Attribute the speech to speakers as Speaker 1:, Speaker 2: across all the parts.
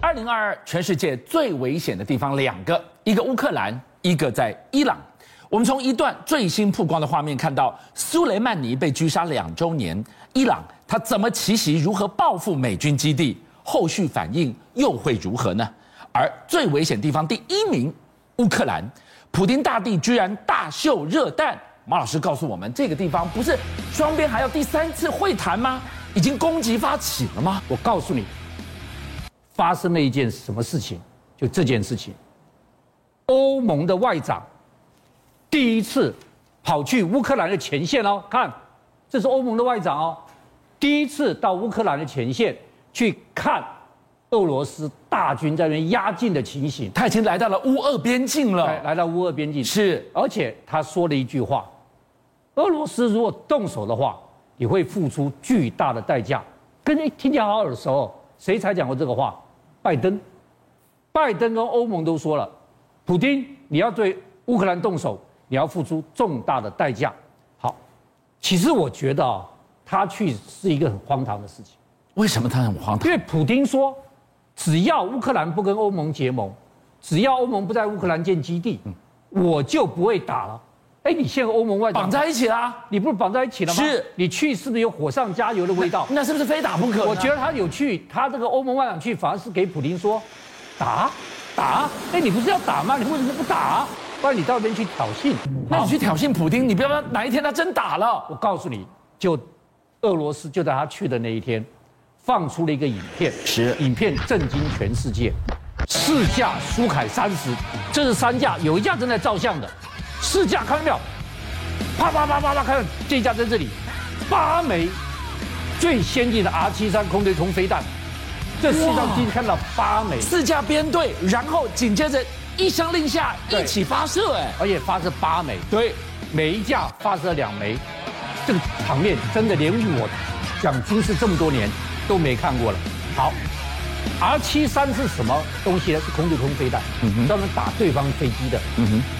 Speaker 1: 二零二二全世界最危险的地方两个，一个乌克兰，一个在伊朗。我们从一段最新曝光的画面看到，苏雷曼尼被狙杀两周年，伊朗他怎么奇袭，如何报复美军基地，后续反应又会如何呢？而最危险地方第一名，乌克兰，普丁大帝居然大秀热弹。马老师告诉我们，这个地方不是双边还要第三次会谈吗？已经攻击发起了吗？
Speaker 2: 我告诉你，发生了一件什么事情？就这件事情，欧盟的外长第一次跑去乌克兰的前线哦，看，这是欧盟的外长哦，第一次到乌克兰的前线去看俄罗斯大军在那边压境的情形，
Speaker 1: 他已经来到了乌俄边境了
Speaker 2: 来。来到乌俄边境
Speaker 1: 是
Speaker 2: 而且他说了一句话：俄罗斯如果动手的话，你会付出巨大的代价。跟你听起来好耳熟哦，谁才讲过这个话？拜登，拜登跟欧盟都说了，普京你要对乌克兰动手，你要付出重大的代价。好，其实我觉得啊，他去是一个很荒唐的事情，
Speaker 1: 为什么他很 荒唐？
Speaker 2: 因为普京说，只要乌克兰不跟欧盟结盟，只要欧盟不在乌克兰建基地，
Speaker 1: 嗯
Speaker 2: 我就不会打了。哎，你现在欧盟外长
Speaker 1: 绑在一起啦、
Speaker 2: 你不是绑在一起了吗？
Speaker 1: 是
Speaker 2: 你去是不是有火上加油的味 道？
Speaker 1: 那是不是非打不可呢？
Speaker 2: 我觉得他有去，他这个欧盟外长去，反而是给普京说，打，打，哎，你不是要打吗？你为什么不打？不然你到那边去挑衅。
Speaker 1: 那你去挑衅普丁，你不要哪一天他真打了，
Speaker 2: 我告诉你，就俄罗斯就在他去的那一天，放出了一个影片，
Speaker 1: 是
Speaker 2: 影片震惊全世界。四架苏凯三十，这是三架，有一架正在照相的，四架看到没有？啪啪啪啪啪，看到这一架在这里，八枚最先进的 R 7 3空对空飞弹，这四张机看到八枚，
Speaker 1: 四架编队，然后紧接着一声令下
Speaker 2: 对
Speaker 1: 一起发射，哎，
Speaker 2: 而且发射八枚，
Speaker 1: 对，
Speaker 2: 每一架发射两枚，这个场面真的连我讲军事这么多年都没看过了。好，R 7 3是什么东西呢？是空对空飞弹，专门打对方飞机的。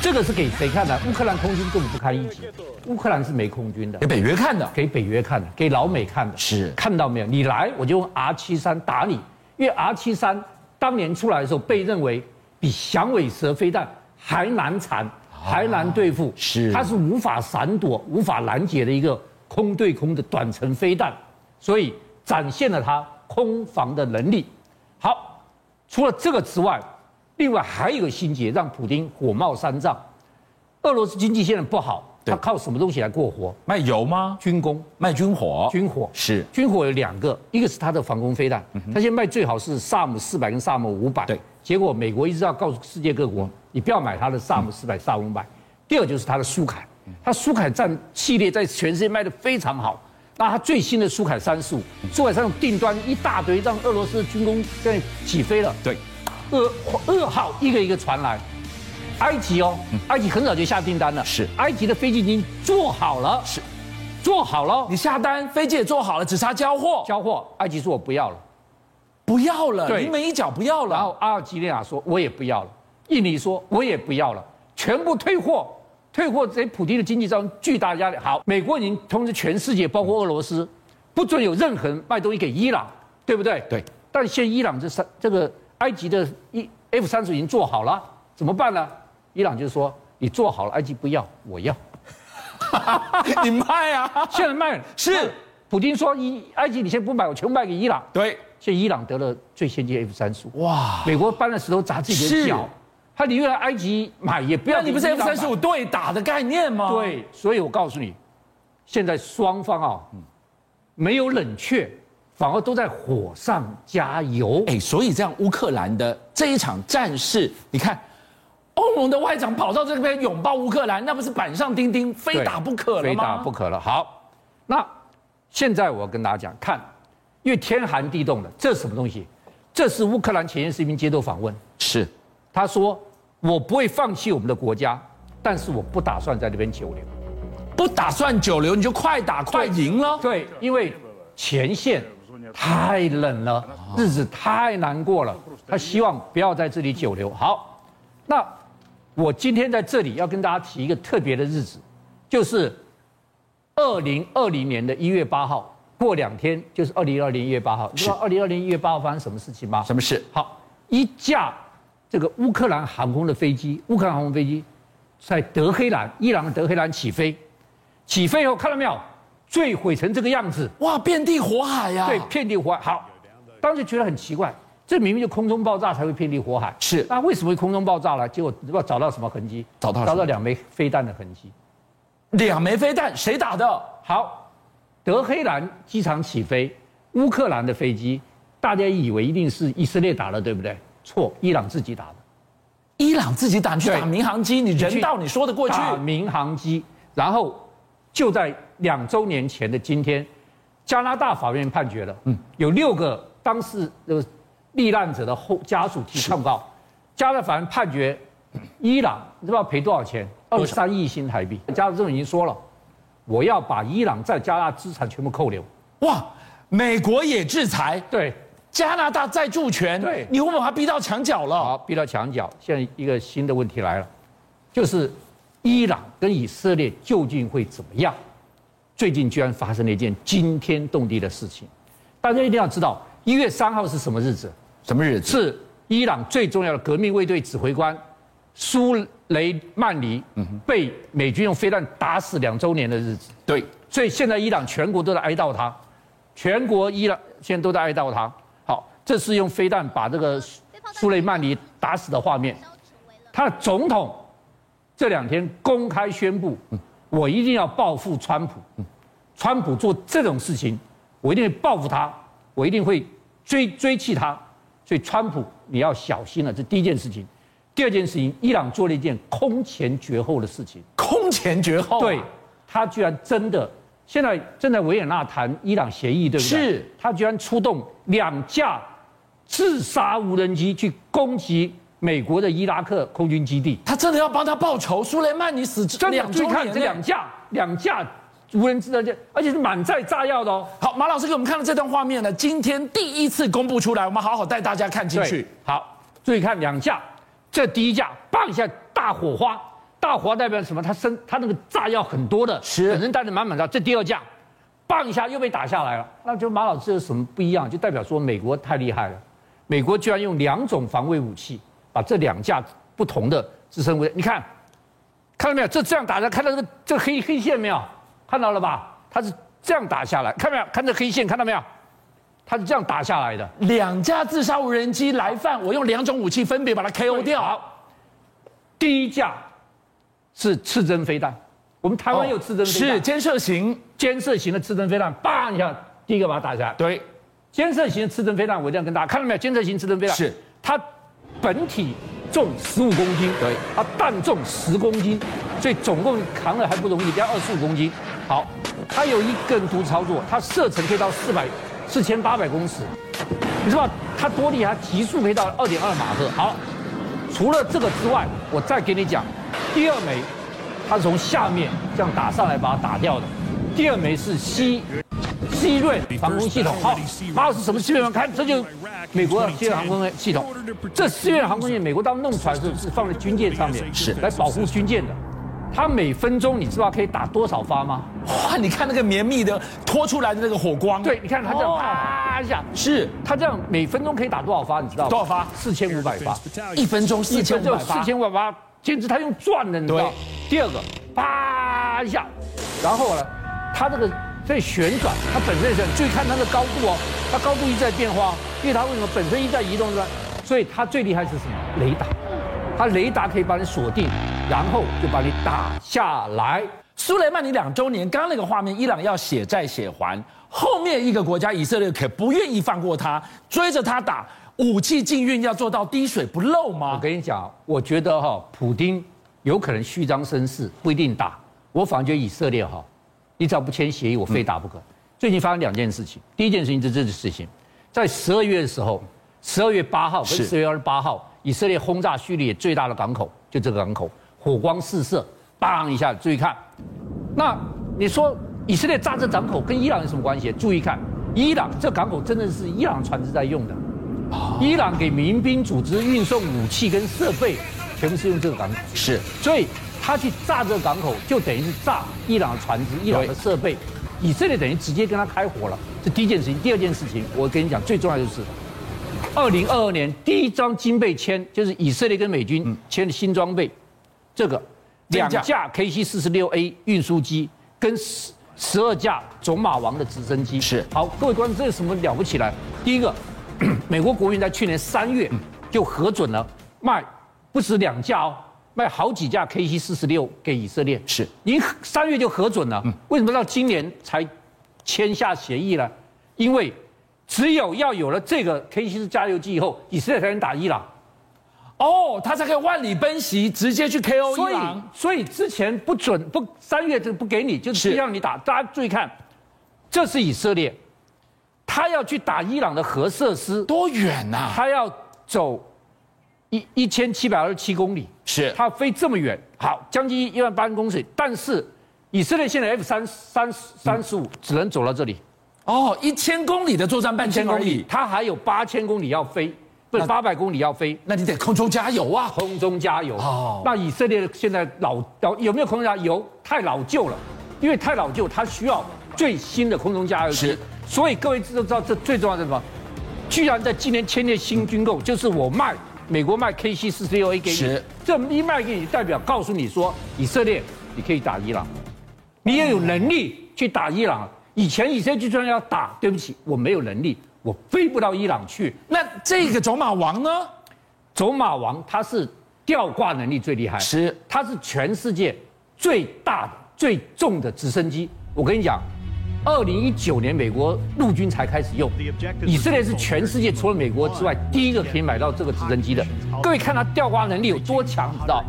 Speaker 2: 这个是给谁看的？乌克兰空军根本不堪一击，乌克兰是没空军的
Speaker 1: 给。北约看的，
Speaker 2: 给北约看的，给老美看的，
Speaker 1: 是
Speaker 2: 看到没有？你来我就用 R 7 3打你，因为 R 7 3当年出来的时候被认为比响尾蛇飞弹还难缠，还难对付，
Speaker 1: 啊是
Speaker 2: 它是无法闪躲、无法拦截的一个空对空的短程飞弹，所以展现了它空防的能力。好，除了这个之外，另外还有一个心结让普京火冒三丈。俄罗斯经济现在不好，
Speaker 1: 对
Speaker 2: 他靠什么东西来过活？
Speaker 1: 卖油吗？
Speaker 2: 军工。
Speaker 1: 卖军火，
Speaker 2: 军火
Speaker 1: 是
Speaker 2: 军火有两个，一个是它的防空飞弹，它现在卖最好是萨姆四百跟萨姆五
Speaker 1: 嗯
Speaker 2: 百，
Speaker 1: 对，嗯
Speaker 2: 结果美国一直要告诉世界各国，你不要买它的萨姆四百、萨姆五百。第二就是它的苏凯，它苏凯战系列在全世界卖的非常好。那它最新的苏凯三十五，
Speaker 1: 嗯
Speaker 2: 苏凯三十五订单一大堆，让俄罗斯的军工现在起飞了。
Speaker 1: 对，
Speaker 2: 二二号一个一个传来，埃及哦，埃及很早就下订单了，
Speaker 1: 嗯是
Speaker 2: 埃及的飞机已经做好了，
Speaker 1: 是
Speaker 2: 做好了
Speaker 1: 你，下单，飞机也做好了，只差交货，
Speaker 2: 交货，埃及说我不要了。
Speaker 1: 不要了，
Speaker 2: 对
Speaker 1: 临门一脚不要
Speaker 2: 然
Speaker 1: 了，
Speaker 2: 后阿尔及利亚说我也不要了，印尼说我也不要了，全部退货，退货给普京的经济造成巨大的压力。好，美国已经通知全世界，包括俄罗斯，不准有任何人卖东西给伊朗，对不对？
Speaker 1: 对。
Speaker 2: 但现在伊朗这三这个埃及的一 F 三十已经做好了，怎么办呢？伊朗就说你做好了，埃及不要，我要。
Speaker 1: 你卖啊，
Speaker 2: 现在卖了
Speaker 1: 是
Speaker 2: 卖了普京说伊埃及你先不买，我全部卖给伊朗。
Speaker 1: 对，
Speaker 2: 现在伊朗得了最先进 F 三十五。
Speaker 1: 哇，
Speaker 2: 美国搬了石头砸自己的
Speaker 1: 是
Speaker 2: 脚，他宁愿来埃及买也不要
Speaker 1: 那
Speaker 2: 给
Speaker 1: 你
Speaker 2: 伊
Speaker 1: 不
Speaker 2: 朗
Speaker 1: 是
Speaker 2: 买。
Speaker 1: F 三十五对打的概念吗？，
Speaker 2: 对，所以我告诉你，现在双方啊，没有冷却，反而都在火上加油。
Speaker 1: 哎，所以这样乌克兰的这一场战事，你看。欧盟的外长跑到这边拥抱乌克兰，那不是板上钉钉，非
Speaker 2: 对
Speaker 1: 打不可了吗？
Speaker 2: 非打不可了。好，那现在我跟大家讲，看，因为天寒地冻的，这是什么东西？这是乌克兰前线士兵接受访问，
Speaker 1: 是
Speaker 2: 他说：“我不会放弃我们的国家，但是我不打算在这边久留。”
Speaker 1: 不打算久留，你就快打快赢了。
Speaker 2: 对，因为前线太冷了，日子太难过了，他希望不要在这里久留。好，那我今天在这里要跟大家提一个特别的日子，就是二零二零年的一月八号，过两天就是二零二零一月八号。你知道二零二零一月八号发生什么事情吗？
Speaker 1: 什么事？
Speaker 2: 好，一架这个乌克兰航空的飞机，乌克兰航空飞机在德黑兰，伊朗的德黑兰起飞，起飞以后看到没有，坠毁成这个样子，
Speaker 1: 哇，遍地火海呀、
Speaker 2: 对，遍地火海。好，当时觉得很奇怪，这明明就空中爆炸才会遍地火海，
Speaker 1: 是
Speaker 2: 那为什么会空中爆炸呢？结果不知道找到什么痕迹，
Speaker 1: 找到了
Speaker 2: 找
Speaker 1: 什
Speaker 2: 到
Speaker 1: 么
Speaker 2: 两枚飞弹的痕迹。
Speaker 1: 两枚飞弹，谁打的？
Speaker 2: 好，德黑兰机场起飞，乌克兰的飞机，大家以为一定是以色列打的，对不对？错，伊朗自己打的。
Speaker 1: 伊朗自己打，你去
Speaker 2: 对
Speaker 1: 打民航机，你人道你说得过去？
Speaker 2: 打民航机，然后就在两周年前的今天，加拿大法院判决了，嗯，有六个当事呃罹难者的后家属提控告，加拿大法院判决伊朗你知道赔多少钱？二
Speaker 1: 多
Speaker 2: 十
Speaker 1: 少
Speaker 2: 三亿新台币。加拿大政府已经说了，我要把伊朗在加拿大资产全部扣留。
Speaker 1: 哇，美国也制裁，
Speaker 2: 对，
Speaker 1: 加拿大再助权，
Speaker 2: 对
Speaker 1: 你会不会把他逼到墙角了？
Speaker 2: 好，逼到墙角。现在一个新的问题来了，就是伊朗跟以色列究竟会怎么样？最近居然发生了一件惊天动地的事情，大家一定要知道，一月三号是什么日子？
Speaker 1: 什么日子？
Speaker 2: 是伊朗最重要的革命卫队指挥官苏雷曼尼被美军用飞弹打死两周年的日子。
Speaker 1: 对，
Speaker 2: 所以现在伊朗全国都在哀悼他，全国伊朗现在都在哀悼他。好，这是用飞弹把这个苏苏雷曼尼打死的画面。他的总统这两天公开宣布，我一定要报复川普。川普做这种事情，我一定会报复他，我一定会追追弃他。所以川普你要小心了，这第一件事情。第二件事情，伊朗做了一件空前绝后的事情。
Speaker 1: 空前绝后、啊
Speaker 2: 对，，他居然真的现在正在维也纳谈伊朗协议，对不对？
Speaker 1: 是，
Speaker 2: 他居然出动两架自杀无人机去攻击美国的伊拉克空军基地。
Speaker 1: 他真的要帮他报仇。苏雷曼尼死
Speaker 2: 真的，
Speaker 1: 两周
Speaker 2: 注意看
Speaker 1: 年
Speaker 2: 这两
Speaker 1: 呢。
Speaker 2: 架两架无人机的这，而且是满载炸药的哦。
Speaker 1: 好，马老师给我们看了这段画面呢，今天第一次公布出来，我们好好带大家看进
Speaker 2: 对，
Speaker 1: 去。
Speaker 2: 好，注意看两架，这第一架，棒一下大火花，大火花代表什么？它生它那个炸药很多的，
Speaker 1: 是
Speaker 2: 本身带着满满的。这第二架，棒一下又被打下来了。那就马老师有什么不一样？就代表说美国太厉害了，美国居然用两种防卫武器把这两架不同的自身为，你看，看到没有？这这样打的，看到这个这个黑黑线没有？看到了吧？它是这样打下来，看到没有？看这黑线，看到没有？它是这样打下来的。
Speaker 1: 两架自杀无人机来犯，我用两种武器分别把它 KO 掉。
Speaker 2: 好，第一架是刺针飞弹，我们台湾有刺针飞弹，
Speaker 1: 哦是监射型，
Speaker 2: 监射型的刺针飞弹，叭一下，第一个把它打下来。
Speaker 1: 对，
Speaker 2: 监射型的刺针飞弹，我这样跟大家看到没有？监射型刺针飞弹
Speaker 1: 是
Speaker 2: 它本体重十五公斤，
Speaker 1: 对，
Speaker 2: 它弹重十公斤，所以总共扛了还不容易，要二十五公斤。好，它有一根独操作，它射程可以到四百四千八百公尺，你知道它多厉害？它极速可以到二点二马赫。好，除了这个之外，我再给你讲，第二枚，它是从下面这样打上来把它打掉的。第二枚是西西瑞防空系统，好，马老师什么西瑞防空？看这就是美国的西瑞航空系统。这西瑞航空系统，美国当时弄出来的时候是放在军舰上面，
Speaker 3: 是
Speaker 2: 来保护军舰的。它每分钟你知道可以打多少发吗？
Speaker 1: 哇，你看那个绵密的拖出来的那个火光，
Speaker 2: 对，你看它这样
Speaker 1: 哦
Speaker 2: 啪一下，
Speaker 1: 是
Speaker 2: 它这样每分钟可以打多少发？你知道吗？
Speaker 1: 多少发
Speaker 2: 四千五百发。
Speaker 1: 一分钟四千五百
Speaker 2: 四
Speaker 1: 发，
Speaker 2: 千五百八，简直他用赚的，你知道
Speaker 1: 对？
Speaker 2: 第二个，啪一下，然后呢，它这个在旋转，它本身旋，注意看它的高度哦，它高度一直在变化哦，因为它为什么本身一直在移动是吧？所以它最厉害是什么？雷达，它雷达可以把你锁定，然后就把你打下来。
Speaker 1: 苏雷曼尼两周年，刚刚那个画面，伊朗要血债血还，后面一个国家以色列可不愿意放过他，追着他打，武器禁运要做到滴水不漏
Speaker 2: 我
Speaker 1: 吗？
Speaker 2: 跟你讲，我觉得哈、普丁有可能虚张声势，不一定打。我反而觉得以色列哈、你只要不签协议，我非打不可。最近发生两件事情，第一件事情是这件事情，在十二月的时候，十二月八号跟
Speaker 1: 是
Speaker 2: 十二月二十八号，以色列轰炸叙利亚最大的港口，就这个港口，火光四射，砰一下，注意看，那你说以色列炸这港口跟伊朗有什么关系？注意看，伊朗这港口真的是伊朗船只在用的，伊朗给民兵组织运送武器跟设备，全部是用这个港口，
Speaker 1: 是
Speaker 2: 所以他去炸这个港口，就等于是炸伊朗的船只、伊朗的设备，以色列等于直接跟他开火了。这第一件事情，第二件事情，我跟你讲，最重要就是二零二二年第一张经备签就是以色列跟美军签的新装备，这个
Speaker 1: 真
Speaker 2: 两
Speaker 1: 假
Speaker 2: 架 KC 四十六 A 运输机跟十十二架种马王的直升机
Speaker 1: 是
Speaker 2: 好，各位观众，这是什么了不起来？第一个， 美国国务院在去年三月就核准了卖不止两架哦，卖好几架 KC 四十六给以色列。
Speaker 1: 是
Speaker 2: 您三月就核准了，为什么到今年才签下协议呢？因为只有要有了这个 K 七式加油机以后，以色列才能打伊朗。
Speaker 1: 哦，他才可以万里奔袭，直接去 KO
Speaker 2: 所
Speaker 1: 伊
Speaker 2: 以
Speaker 1: 朗。，
Speaker 2: 所以之前不准不三月这不给你，就是是不让你打。大家注意看，这是以色列，他要去打伊朗的核设施，
Speaker 1: 多远啊呐、
Speaker 2: 他要走一一千七百二十七公里。
Speaker 1: 是
Speaker 2: 它飞这么远，好，将近一万八千公里。但是以色列现在 F 三三三十五只能走到这里，
Speaker 1: 哦，一千公里的作战，半千公里，
Speaker 2: 它还有八千公里要飞，不是
Speaker 1: 那
Speaker 2: 八百公里要飞，
Speaker 1: 那你得空中加油啊！
Speaker 2: 空中加油。
Speaker 1: 哦
Speaker 2: 那以色列现在老老有没有空中加油？有太老旧了，因为太老旧，它需要最新的空中加油机
Speaker 1: 是。
Speaker 2: 所以各位都知道，这最重要的是什么？居然在今年签订新军购，就是我卖美国卖 KC 四十六 A 给你
Speaker 1: 是，
Speaker 2: 这一卖给你，代表告诉你说，以色列你可以打伊朗，你也有能力去打伊朗。以前以色列就算要打，对不起，我没有能力，我飞不到伊朗去。
Speaker 1: 那这个种马王呢？
Speaker 2: 走马王它是吊挂能力最厉害，
Speaker 1: 是
Speaker 2: 它是全世界最大的、最重的直升机。我跟你讲，二零一九年美国陆军才开始用，以色列是全世界除了美国之外第一个可以买到这个直升机的。各位看它吊挂能力有多强，你知道？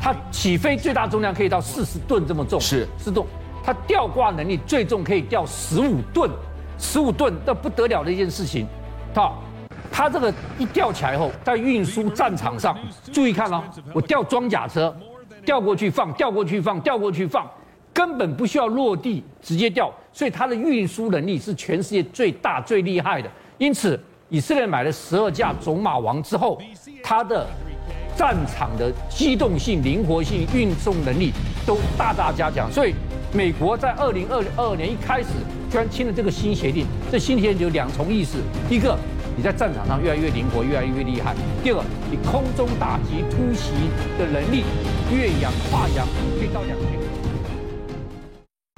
Speaker 2: 它起飞最大重量可以到四十吨这么重，
Speaker 1: 是
Speaker 2: 四吨。它吊挂能力最重可以吊十五吨，十五吨那不得了的一件事情。好，它这个一吊起来后，在运输战场上，注意看哦，我吊装甲车，吊过去放，吊过去放，吊过去放，根本不需要落地直接吊，所以它的运输能力是全世界最大最厉害的。因此，以色列买了十二架种马王之后，它的战场的机动性、灵活性、运送能力都大大加强。所以，美国在二零二二年一开始居然签了这个新协定，这新协定有两重意思：一个，你在战场上越来越灵活，越来越厉害；第二个，你空中打击、突袭的能力，越洋、跨洋可以到两千。